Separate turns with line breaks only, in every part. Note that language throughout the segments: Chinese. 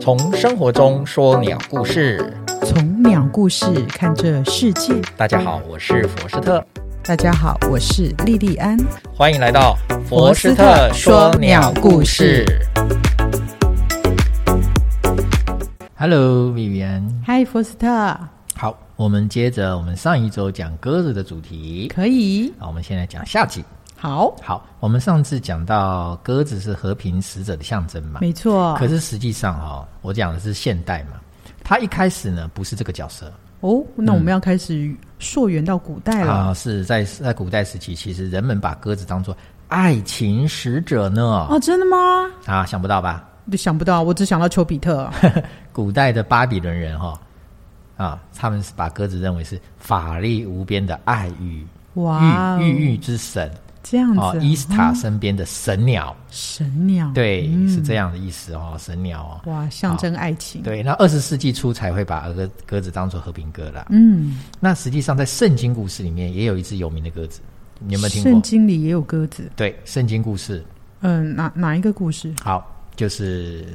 从生活中说鸟故事。
从鸟故事看这世界。
大家好，我是佛斯特，
大家好，我是莉莉安。
欢迎来到
佛斯特说鸟故事。
Hello，米元。
嗨，福斯特，
好，我们接着我们上一周讲鸽子的主题，
可以？
那我们现在讲下集。
好，
好，我们上次讲到鸽子是和平使者的象征嘛，
没错。
可是实际上哦，我讲的是现代嘛，它一开始呢不是这个角色，
哦，那我们要开始溯源到古代了。
啊、是在在古代时期，其实人们把鸽子当做爱情使者呢。
哦，真的吗？
啊，想不到吧？
就想不到，我只想到丘比 特。
古代的巴比伦人哈、啊，他们是把鸽子认为是法力无边的爱与
哇哦，
御御御之神
这样
哦，伊斯
子，啊嗯
塔身边的神鸟，
神鸟，
对，是这样的意思哦，神鸟哦。
哇，象征爱情。
对，那二十世纪初才会把鸽鸽子当做和平鸽啦。
嗯，
那实际上在圣经故事里面也有一只有名的鸽子，你有没有听
圣
过？
经里也有鸽子。
对，圣经故事
嗯、哪哪一个故事？
好，就是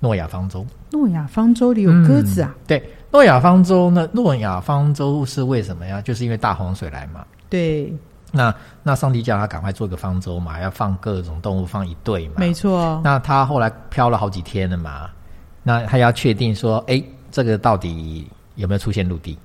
诺亚方舟。
诺亚方舟里有鸽子啊？
对，诺亚方舟呢？诺亚方舟是为什么呀？就是因为大洪水来嘛。
对，
那那上帝叫他赶快做个方舟嘛，要放各种动物放一对嘛。
没错。
那他后来漂了好几天了嘛，那他要确定说，哎，这个到底有没有出现陆地？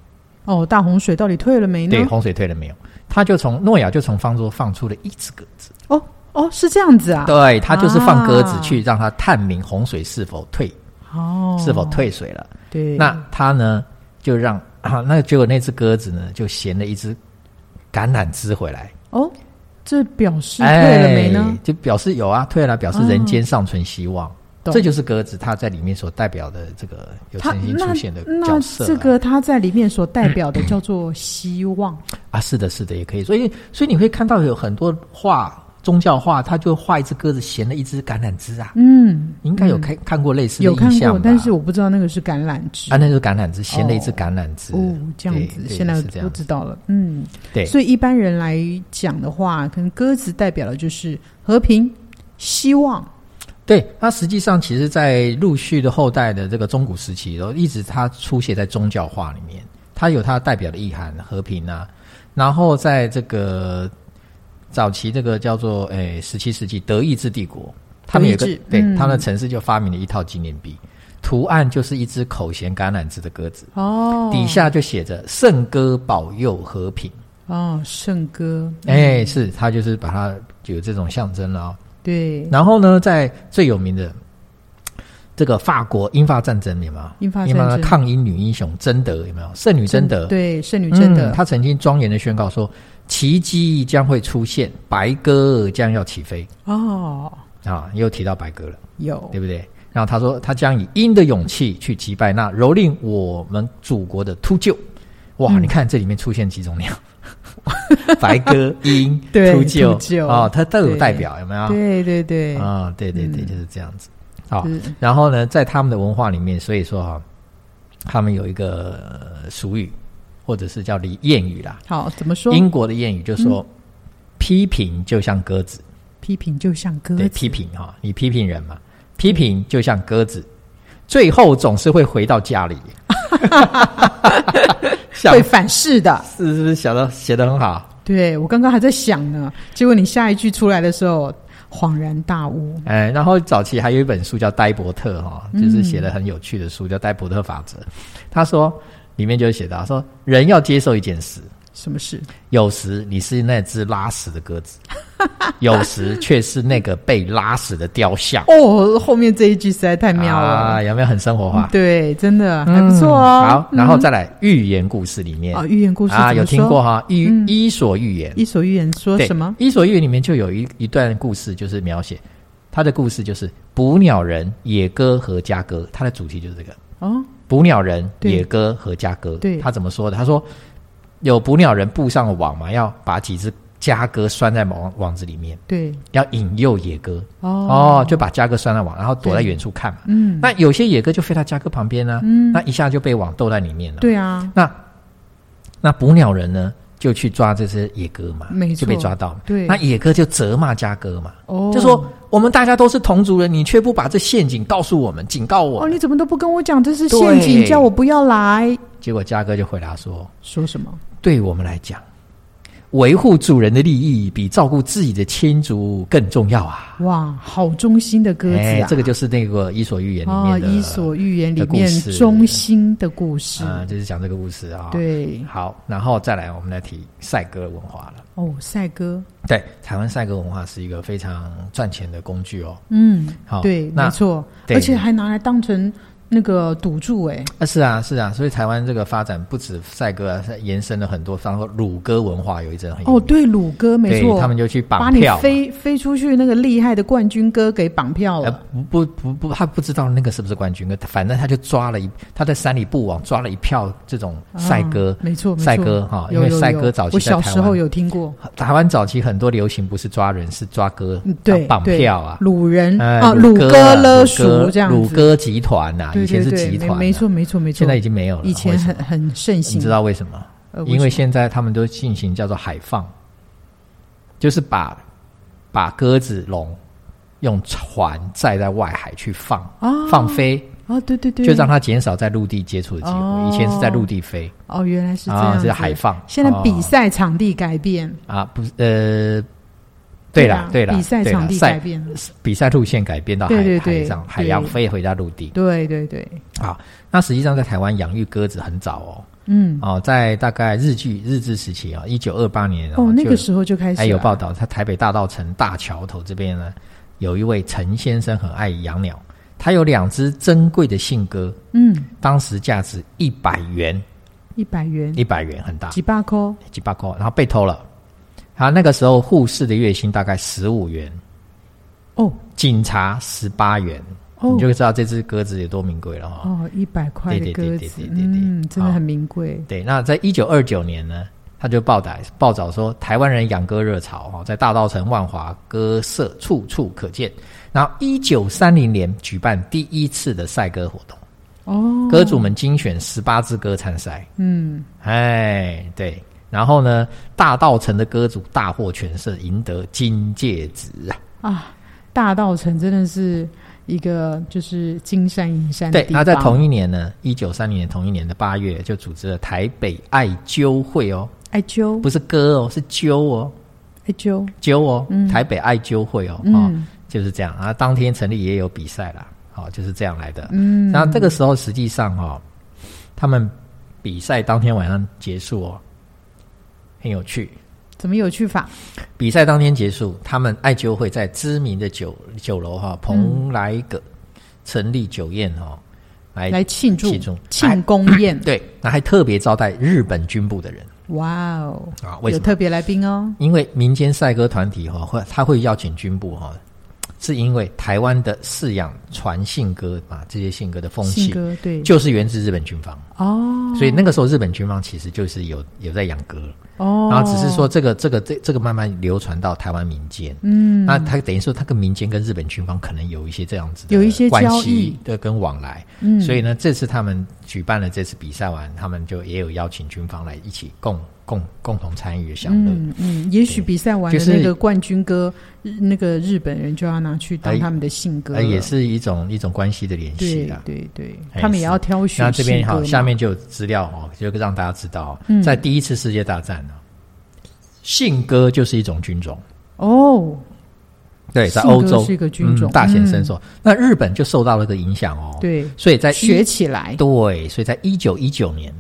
哦，大洪水到底退了没呢？
对，洪水退了没有？他就从诺亚就从方舟放出了一只鸽子，
哦哦，是这样子啊。
对他就是放鸽子
啊
去让他探明洪水是否退，
哦，
是否？退水了。
对，
那他呢，就让、啊、那结果那只鸽子呢，就衔了一只橄榄枝回来，
哦，这表示退了没
哎
呢？哦
就表示有啊，退了，表示人间尚存希望。
懂
这就是鸽子它在里面所代表的这个有
他
曾经
那
出现的角
那
色、啊。
这个他在里面所代表的叫做希 望，
啊，是的，是的，也可以。所以，所以你会看到有很多画，宗教画，它就画一只鸽子衔了一只橄榄枝啊。
嗯，
你应该有看、看过类似的
有看
意象
过
吧，？
但是我不知道那个是橄榄枝
啊，那就是橄榄枝衔了一只橄榄枝。
哦，这样
对
子，
对
现在
是这
我
样子
知道了，嗯，
对
所以一般人来讲的话，可能鸽子代表的就是和平、希望，
对，它实际上其实，在陆续的后代的这个中古时期，然后一直它出现在宗教化里面，它有它代表的意涵，和平啊。然后在这个早期，这个叫做诶十七世纪德意志帝国，他们有一个
德意志
对、
嗯
他们的城市就发明了一套纪念币，图案就是一只口衔橄榄枝的鸽子，
哦，
底下就写着“圣歌保佑和平
哦，圣歌，”嗯
哎，是它就是把它有这种象征了、哦。
对，
然后呢，在最有名的这个法国英法战争有没有？
英法
有没
战
有
争
抗英女英雄贞德有没有？圣女贞德，
对，圣女
嗯，
贞德，
她曾经庄严的宣告说，奇迹将会出现，白鸽将要起飞
哦，
啊！又提到白鸽了，
有
对不对？然后他说，他将以鹰的勇气去击败那蹂躏我们祖国的秃鹫。哇，
嗯
你看这里面出现几 种鸟，白鸽、鹰、
对
秃
秃鹫
哦，它都有
对
代表，有没有？
对对对，
啊、对对对，
嗯
就是这样子。好、
是
然后呢，在他们的文化里面，所以说哈、他们有一个呃俗语，或者是叫俚谚语啦。
好，怎么说？嗯
英国的谚语就说：“批评就像鸽子，
批评就像鸽
对，
子，
批评哈、你批评人
嗯
嘛，批评就像鸽子，最后总是会回到 家里。 想”
会反噬的。
是是不是想到写的很好？
对我刚刚还在想呢，结果你下一句出来的时候，恍然大悟。
哎，然后早期还有一本书叫戴伯特哈、
嗯
就是写的很有趣的书，叫《戴伯特法则》。他说里面就写到说，人要接受一件事，
什么事？
有时你是那只拉屎的鸽 子，有时却是那个被拉屎的雕像。
哦，后面这一句实在太妙了。
啊！有没有很生活化？
对，真的还不错
嗯
哦
好。，然后再来寓言故事里面
啊，寓言故事
啊，有听过？哈？伊
嗯
伊索寓言
《伊索寓言》说
对
什么？
伊索寓言里面就有一一段故事，就是描写他的故事就是捕鸟人、野鸽和家鸽，它的主题就是这个。
哦，
捕鸟人、
对
野鸽和家鸽，
对
他怎么说的？他说有捕鸟人布上了网嘛，要把几只家鸽拴在网网子里面，
对，
要引诱野鸽
哦，
就把家鸽拴在网，然后躲在远处看嘛。
嗯，
那有些野鸽就飞到家鸽旁边呢、啊
嗯
那一下就被网斗在里面了。，
对啊，
那那捕鸟人呢，就去抓这些野哥嘛，
没错
就被抓到嘛。
对，
那野哥就责骂嘉哥嘛，
哦，
就说我们大家都是同族人，你却不把这陷阱告诉我们，警告我
哦，
们。
你怎么都不跟我讲这是陷阱，
对
叫我不要来，
结果嘉哥就回答说
说什么？：“
对我们来讲，维护主人的利益比照顾自己的亲族更重要啊。”
哇，好忠心的鸽子
哎，
啊！
这个就是那个《伊索寓言》里
哦，
面
《
的
伊索寓言》里
的故
面
事
忠心的故事，
啊、就是讲这个故事啊、，
对
好，然后再来我们来提赛鸽文化了。
哦，赛鸽，
对，台湾赛鸽文化是一个非常赚钱的工具哦。
嗯，
好、
对，没
那
错，
对
而且还拿来当成那个赌注，哎，
啊是啊是啊，所以台湾这个发展不止赛鸽啊，是延伸了很多，比方说乳鸽文化有一阵很有
哦，对，鲁哥没
哎对
错，
他们就去
把
绑
你
票嘛。
飞飞出去那个厉害的冠军哥给绑票
呃
了，，
不不不，他不知道那个是不是冠军，反正他就抓了一，他在山里布网抓了一票这种赛鸽、
啊没错，没错
赛鸽哈
有
因为
有
赛
有
鸽早期
我
在
小
台
时候
湾
有听过，
台湾早期很多流行不是抓人，是抓歌
嗯，对，
绑
对
票啊，
鲁人
呃
啊，
乳鸽
哥
啊
勒
乳
鼠
鸽
这样
乳
子，
鸽集团呐，
对
以前
对
是
对，
集
没
团啊，
没错没错没错，
现在已经没有了。
以前
为什
很
么
很盛
你
行，
知道为什么？
呃
因为
什么
现在他们都进行叫做海放，就是把把鸽子笼用船载在外海去放
啊
放飞，
啊，对对对，
就让它减少在陆地接触的机会。
哦
以前是在陆地飞
哦，原来是这
啊，
样
这
子，
是海放。
现在比
哦
赛场地改变，
啊，不是呃，对啦
吧
对啦，
比赛
对啦
场地
赛
改变了，
比赛路线改变到海
对对对
海上，
对
海洋飞回到陆地。
对对对，
好，那实际上在台湾养育鸽子很早哦，
嗯，
哦，在大概日据日治时期啊、哦，一九二八年
哦，那个
就
时候就开始
哎有
了
报道，他台北大道城大桥头这边呢，有一位陈先生很爱养鸟，他有两只珍贵的信鸽，
嗯，
当时价值一百元，
一百元
一百元很大，
几把扣，
几百块，然后被偷了。他那个时候护士的月薪大概十五元，
哦
警察十八元，
哦
你就知道这只鸽子有多名贵了哈、
哦，一百块的
对对
鸽
对
子
对，对对对哦
嗯，真的
好
很名贵，
对，那在一九二九年呢，他就报道报道说，台湾人养鸽热潮哈、哦，在大稻城、万华鸽舍处处可见。然后一九三零年举办第一次的赛鸽活动，
哦，
鸽主们精选十八只鸽参赛。
嗯，
哎，对。然后呢，大稻城的鸽主大获全胜，赢得金戒指啊！
啊，大道城真的是一个就是金山银山的
对，
地
那在
方
同一年呢，一九三零年同一年的八月，就组织了台北爱鸠会哦，
艾灸
不是鸽哦，是鸠哦，
艾灸，
鸠哦，
嗯
台北爱鸠会哦，哦，
嗯
就是这样啊。当天成立也有比赛啦，好、就是这样来的。
嗯，
那这个时候实际上哦，他们比赛当天晚上结束哦，很有趣。
怎么有趣法？
比赛当天结束，他们爱鸠会在知名的酒酒楼
嗯
哈、蓬莱阁成立酒宴哦，来
来庆祝
庆祝，
庆功宴
对，那还特别招待日本军部的人
哇哦，
啊？为
有
什么？
特别来宾哦，
因为民间赛鸽团体哈、会他会邀请军部哈、是因为台湾的饲养传信鸽嘛，这些信鸽的风
信
气
鸽对
就是源自日本军方，
哦
所以那个时候日本军方其实就是有有在养鸽，
哦，
然后只是说这个这个这这个慢慢流传到台湾民间，
嗯，
那他等于说他跟民间跟日本军方可能有一些这样子的
有一些
关
交易
系的跟往来，
嗯
所以呢，这次他们举办了这次比赛完，他们就也有邀请军方来一起共共共同参与享乐。
嗯嗯，也许比赛完的
就是
那个冠军歌，日那个日本人就要拿去当
哎
他们的信鸽了，
呃，也是一种一种关系的联系
对
啦。
对对，
哎
他们也要挑选
那这边
信鸽
哈，
嘛
下面就有资料哦，就让大家知道哦，
嗯
在第一次世界大战呢，信鸽就是一种军种，
哦，
对，在
信鸽
欧洲
是一个军种
嗯大显身手。那日本就受到了一个影响哦，，
对，
所以在一
学起来
对，所以在一九一九年，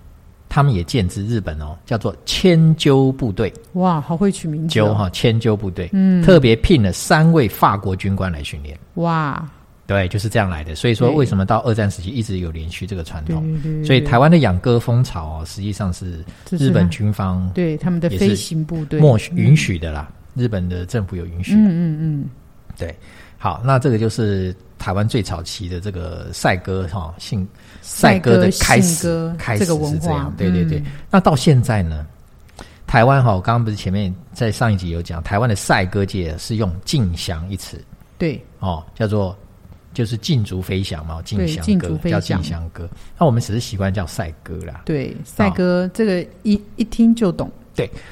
他们也建制日本哦，叫做千鸠部队，
哇，好会取名字
鸠
哦，
哈千鸠部队，
嗯，
特别聘了三位法国军官来训练。
哇，
对，就是这样来的。所以说，
对
为什么到二战时期一直有延续这个传
对
统？
对对，
所以
对
台湾的养鸽风潮哦，实际上是
这嗯是
日本
他
军方
对他们的
也
飞
是
行部队
默许允许的啦，日本的政府有允许。
嗯嗯
对，好，那这个就是台湾最早期的这个赛鸽哈，性
嗯，
赛鸽的
信
开始
鸽，
开始
这个
是
文
这
化
样，，对对对
嗯。，
那到现在呢，台湾哈，我刚刚不是前面在上一集有讲，台湾的赛鸽界是用“竞翔”一词
对，
哦，叫做就是竞逐飞翔嘛，竞
对
翔
竞
鸽
逐飞
叫
翔
竞翔鸽。那我们只是习惯叫赛鸽啦。
对，赛鸽这个一一听就懂，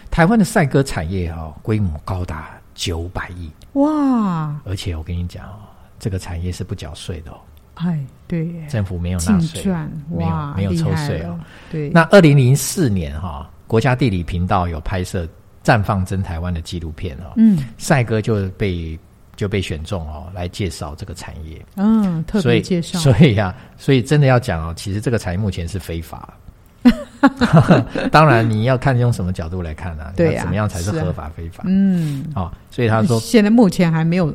台湾的赛鸽产业哈、哦，规模高达九百亿，
哇，
而且我跟你讲哦，这个产业是不缴税的哦，
哎，对耶，
政府没有纳
净
税。
赚哇，
没有没有抽
厉害
税
了
哦，
对，
那二零零四年哈、国家地理频道有拍摄《绽放真台湾》的纪录片哦，
嗯
赛鸽就被就被选中哦，来介绍这个产业。
嗯，特
所以
别介绍，
所以 呀、所以真的要讲哦，其实这个产业目前是非 法。当然，你要看用什么角度来看啊？
对
你
啊
要怎么样才是
是啊
合法非法？
嗯，
哦，所以他说，
现在目前还没有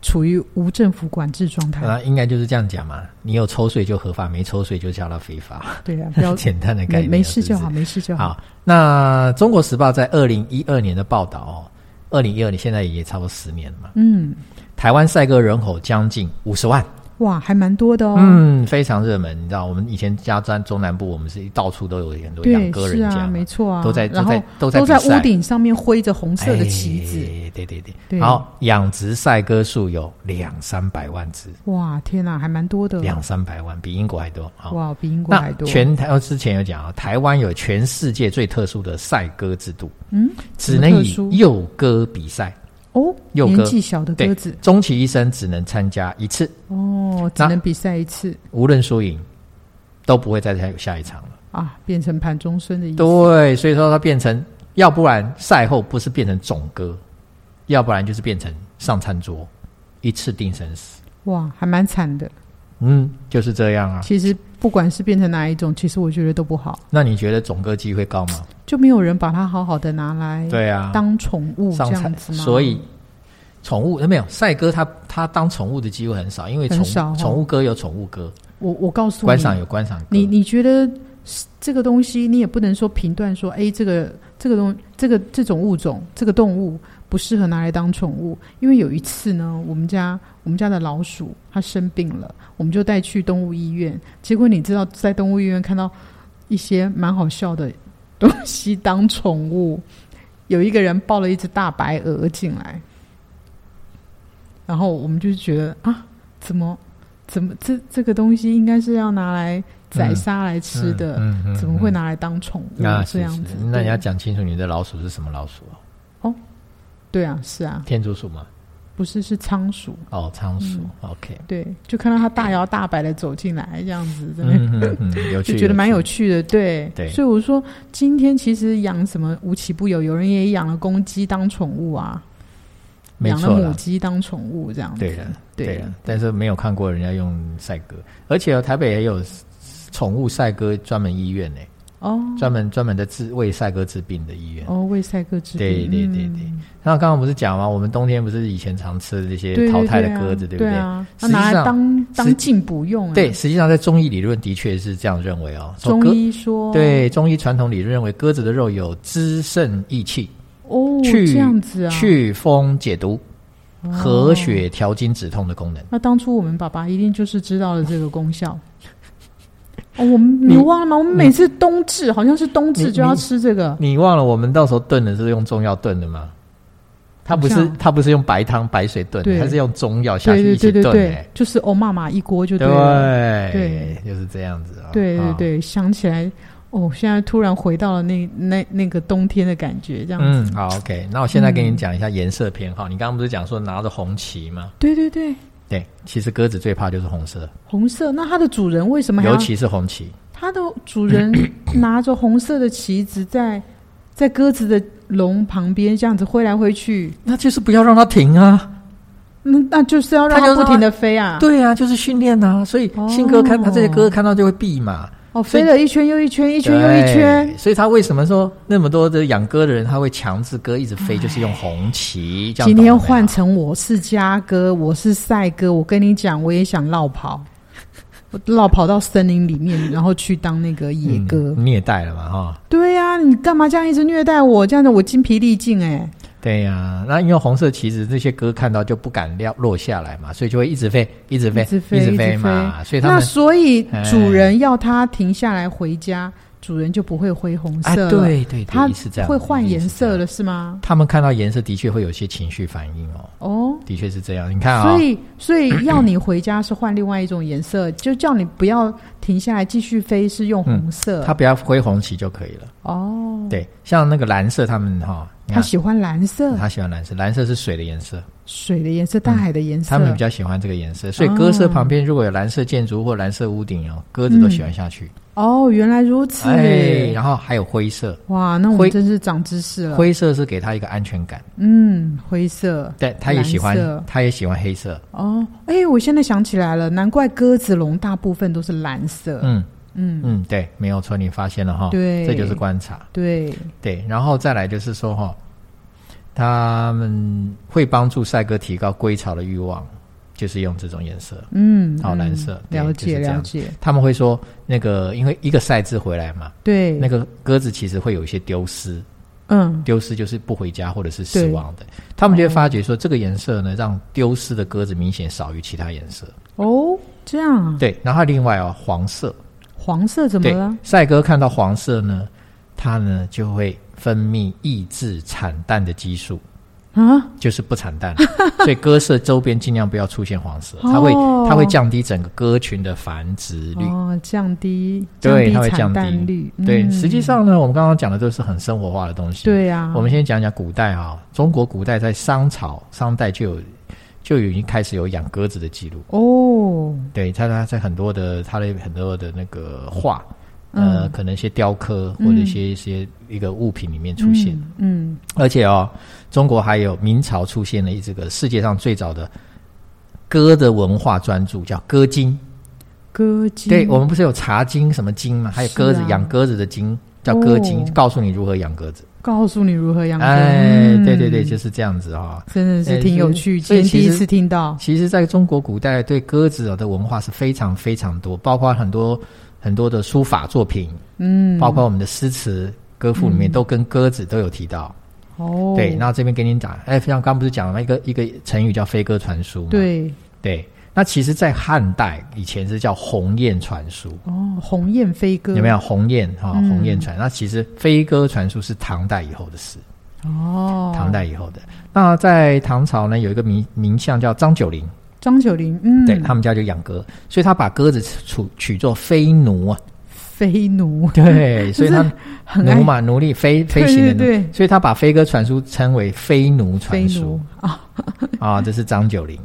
处于无政府管制状态，
那呃应该就是这样讲嘛。你有抽税就合法，没抽税就叫它非法，
对啊，不要
简单的概
没
念，
没事
是
就
不是
好，。没事就好，
好，那《中国时报》在二零一二年的报道哦，二零一二年现在也差不多十年了嘛。
嗯，
台湾赛鸽人口将近五十万，
哇，还蛮多的哦，
嗯，非常热门。你知道，我们以前家在中南部，我们是到处都有很多养
对，
鸽人
是
家
啊，
嘛，
没错啊，
都在
然
都在
后
都在
都在
比赛
屋顶上面挥着红色的旗子，
哎对对对。
对
好，养殖赛鸽数有两三百万只，
哇，天哪，还蛮多的，
哎两三百万比英国还多。好，
啊哇，比英国
那
还多，
全台哦之前有讲啊，台湾有全世界最特殊的赛鸽制度，
嗯，
只
什么
能
特
以
殊
幼鸽比赛，
哦，
幼
年
鸽
纪小的
对
鸽子，
终其一生只能参加一次，
哦，只
那
能比赛一次
无论输赢都不会再参下一场了。
啊，变成盘中孙的意思，
对，所以说它变成，要不然赛后不是变成总鸽，要不然就是变成上餐桌，一次定生死。
哇，还蛮惨的。
嗯，就是这样啊。
其实不管是变成哪一种，其实我觉得都不好，
那你觉得总鸽机会高吗？
就没有人把它好好的拿来
对啊，
当宠物这
上
样
餐，
子嘛。
所以宠物呃没有赛鸽它，它当宠物的机会很少，因为
很
宠
少哦
宠物鸽有宠物鸽，
我我告诉
观赏
你，
有观赏鸽。
你你觉得这个东西，你也不能说评断说，哎，这个这个东这个这种物种，这个动物不适合拿来当宠物，因为有一次呢，我们家我们家的老鼠它生病了，我们就带去动物医院，结果你知道，在动物医院看到一些蛮好笑的东西当宠物，有一个人抱了一只大白鹅进来，然后我们就觉得啊，怎么怎么这这个东西应该是要拿来宰杀来吃的，
嗯嗯嗯
怎么会
嗯
拿来当宠物、
那
这
是
样
是
子？
那你要
对
讲清楚你的老鼠是什么老鼠啊？
对啊，是啊，
天竺鼠吗？
不是是仓鼠，
哦，仓鼠。OK。
嗯对，就看到它 大摇大摆的走进来这样子，真的、
嗯嗯嗯， 有趣，
就觉得蛮
趣
有趣的，对，
对
所以我说今天其实养什么无奇不有，有人也养了公鸡当宠物啊，
没
养了
错
母
啦，
鸡当宠物这样子，
对的，对
对
的，但是没有看过人家用赛鸽，而且、哦、台北也有宠物赛鸽专门医院呢，
哦
专门专门的治为赛鸽治病的医院。
哦，为赛鸽之嗯
对对对对那刚刚不是讲吗？我们冬天不是以前常吃的这
对
些
对
淘汰的
对啊
鸽子，对不
对
对？
啊，
实
那
际
拿来
上
当
实
当进补用啊。
对，，实际上在中医理论的确是这样认为哦。说
中
鸽
医说
对中医传统理论认为，鸽子的肉有滋肾益气、
哦，
去
这样子啊，
祛风解毒、
哦
和。血调经止痛的功能。
那当初我们爸爸一定就是知道了这个 功效。哦，我们
你
你忘了吗？我们每次冬至好像是冬
你
至就要
你
吃这个。
你忘了我们到时候炖的是用中药炖的吗？它不
好
是
像
它不是用白汤白水炖的，
对
它是用中药下
对
去一
对
起
对对
炖的、
对
欸，
就是欧妈妈一锅就
对
了。
对就是这样子啊、
对对
啊，
对，想起来哦，现在突然回到了那那那个冬天的感觉，这样子。嗯
嗯，好，OK。那我现在跟你讲一下颜色偏好。你刚刚不是讲说拿着红旗吗？
对对对，
对，其实鸽子最怕就是红色，
红色。那它的主人为什么还
尤
要？
其是红旗。
它的主人 拿着红色的旗子在在鸽子的笼旁边这样子挥来挥去，
那就是不要让它停啊！
那那就是要让
它就
它
是
不停的飞啊。
对啊，就是训练啊。所以
哦
信鸽看它这些鸽看到就会避嘛，
哦，
所以
飞了一圈又一圈，一
一
圈又一圈，。
所以它为什么说那么多的养鸽的人他会强制鸽一直飞，就是用红旗。这样
今
懂
天
了没有
换成我是嘉哥，我是赛哥，我跟你讲，我也想绕跑， 我绕跑到森林里面，然后去当那个野哥。
嗯虐待了嘛哈？
对呀、你干嘛这样一直虐待我？这样子我精疲力尽哎、
对呀、那因为红色旗子这些鸽看到就不敢落落下来嘛，所以就会一直飞，一直飞，
一直飞
飞嘛。所以他
那
们
所以
哎
主人要它停下来回家，主人就不会挥红
哎，
色了，
对对
它
对，是这样，
会换颜色
了。
了是吗？
他们看到颜色的确会有些情绪反应哦，
哦，
的的确是这样。你看啊、
所以，所以要你回家是换另外一种颜色，就叫你不要停下来继续飞，是用
嗯
红色。
它不要挥红旗就可以了。
哦，
对，像那个蓝色，他们哈、你
他
看
喜欢蓝色，
嗯他喜欢蓝色，蓝色是水的颜色，
水的颜色，大海的颜色。
嗯他们比较喜欢这个颜色。所以鸽舍旁边如果有蓝色建筑或蓝色屋顶哦，鸽子都喜欢下去。
哦，原来如此。
哎，然后还有灰色，
哇，那我
灰
们真是长知识了。
灰色是给他一个安全感，
嗯，灰色。
对，他也喜欢
蓝色，
他也喜欢黑色。
哦，哎，我现在想起来了，难怪鸽子笼大部分都是蓝色。
嗯
嗯，
嗯，对，没有错，你发现了哈，
对
这就是观察。
对，
对，然后再来就是说哈，他们会帮助赛鸽提高归巢的欲望，就是用这种颜色。
嗯，
好
嗯
蓝色对
了
就是
解
这样
了解，
他们会说那个，因为一个赛制回来嘛，
对，
那个鸽子其实会有一些丢失，
嗯，
丢失就是不回家或者是死亡的。他们就会发觉说，这个颜色呢，让丢失的鸽子明显少于其他颜色。
哦，这样啊，
对，然后另外哦，黄色，
黄色怎么
对
了？，
赛鸽看到黄色呢，它呢就会分泌抑制产蛋的激素。
啊，
就是不产蛋， 所以鸽舍周边尽量不要出现黄色，
哦
它会它会降低整个鸽群的繁殖率。
哦，降低
对它
降
会
低
降
产
低
蛋率，
对，
嗯
实际上呢，我们刚刚讲的都是很生活化的东西。，
对啊，
我们先讲讲古代啊、中国古代在商朝、商代就有就已经开始有养鸽子的记录。
哦，
对，它它在很多的它的很多的那个画，呃，
嗯
可能一些雕刻或者一些一些一个物品里面出现。
嗯，
而且哦，中国还有明朝出现了一这个世界上最早的歌的文化专著，叫《歌经》。
歌姬，
对我们不是有茶经什么经吗？还有鸽子、
是啊
养鸽子的经叫《歌经》
哦
告诉你如何养鸽子。
告诉你如何养鸽，
哎，
嗯
对对对，就是这样子哈、
真的
哎
是挺有
所以
趣，
所
今
以
天
其
第一
实
次听到，
其实，在中国古代对鸽子哦的文化是非常非常多，包括很多很多的书法作品，
嗯，
包括我们的诗词歌赋里面都跟鸽子都有提到。
哦，
对，然后这边跟您讲，哎，像刚不是讲了一个一个成语叫“飞鸽传书”吗？
对
对，那其实，在汉代以前是叫鸿雁传书，
哦，鸿雁飞鸽
有没有？鸿雁哈？
嗯
鸿雁传，那其实飞鸽传书是唐代以后的事，
哦，
唐代以后的。那在唐朝呢，有一个名名相叫张九龄，
张九龄，嗯，
对啊他们家就养鸽，所以他把鸽子取取作飞奴啊，
飞奴
对，所以他
很爱
奴嘛，奴隶飞飞
对
行的
对
奴。
对，
所以他把飞鸽传书称为飞奴传
飞
书
奴啊，
啊，这是张九龄。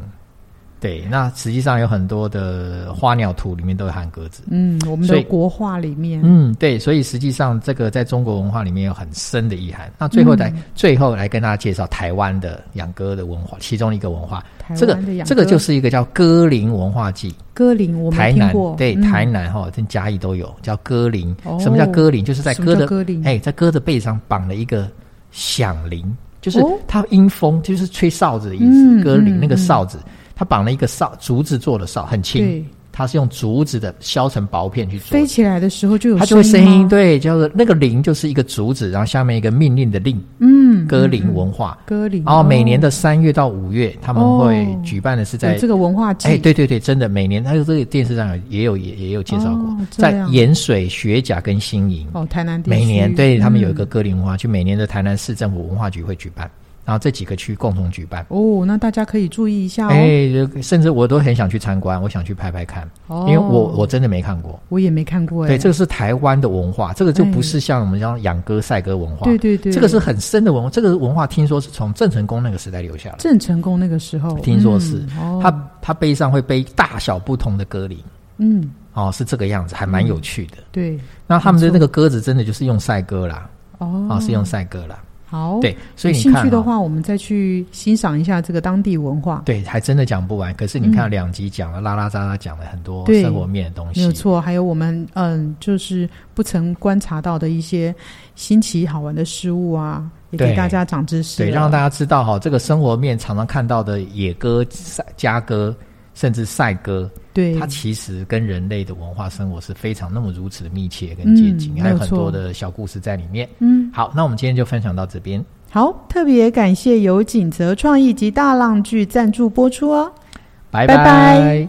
对，那实际上有很多的花鸟图里面都有含鸽子。
嗯，我们
所以
的国画里面，
嗯，对，所以实际上这个在中国文化里面有很深的意涵。那最后来、
嗯
最后来跟大家介绍台湾的养鸽的文化，其中一个文化，
台
这个
湾的养
这个
鸽
就是一个叫鸽林文化祭，
鸽林，我
台
没听
南
过，
对、
嗯
台南哈、跟嘉义都有叫鸽林。
哦
什么叫鸽林？就是在
什么
鸽
叫
的
鸽林，
哎，在鸽的背上绑了一个响铃，就是
哦
它阴风，就是吹哨子的意思。
嗯
鸽铃
嗯
那个
嗯
哨子，它绑了一个哨，竹子做的哨，很轻，
对，
它是用竹子的削成薄片去做
飞。起来的时候就有
它就会声音，
吗，
对，就是那个铃就是一个竹子，然后下面一个命令的令，
嗯，
鸽铃文化。
鸽林，
然后哦每年的三月到五月，他们会
哦
举办的是在
有这个文化祭，
哎，对对对，真的，每年它这个电视上有也有也也有介绍过
哦，这
在
样
盐水、学甲跟新营，
哦，台南地区
每年对他们有一个
嗯
歌林文化区，每年的台南市政府文化局会举办，然后这几个区共同举办。
哦，那大家可以注意一下哦，
哎，就甚至我都很想去参观，我想去拍拍看，
哦
因为我我真的没看过。
我也没看过，哎，
对，这个是台湾的文化，这个就
哎
不是像我们讲养鸽、赛鸽文化。
对对对，
这个是很深的文化，这个文化听说是从郑成功那个时代留下来的。
郑成功那个时候，
听说是
嗯哦，
他他背上会背大小不同的鸽林，
嗯，
哦，是这个样子，还蛮有趣的。
对，
那他们的那个鸽子真的就是用赛鸽啦，
哦，
啊，是用赛鸽啦。
好，
对，所以
哦有
你
兴
看
趣的
哦
话，我们再去欣赏一下这个当地文化，
对，还真的讲不完。可是你看
嗯
两集讲了，拉拉杂杂讲了很多
对
生活面的东
没
西，
有错，还有我们嗯，就是不曾观察到的一些新奇好玩的事物啊，也
对
给大家长知识了，
对，让大家知道哈、这个生活面常常看到的野鸽、赛家鸽，甚至赛鸽，
对
它其实跟人类的文化生活是非常那么如此的密切跟接近，
嗯
还有
没有
很
错
多的小故事在里面。
嗯，
好，那我们今天就分享到这边。
好，特别感谢由锦泽创意及大浪剧赞助播出哦。
拜
拜拜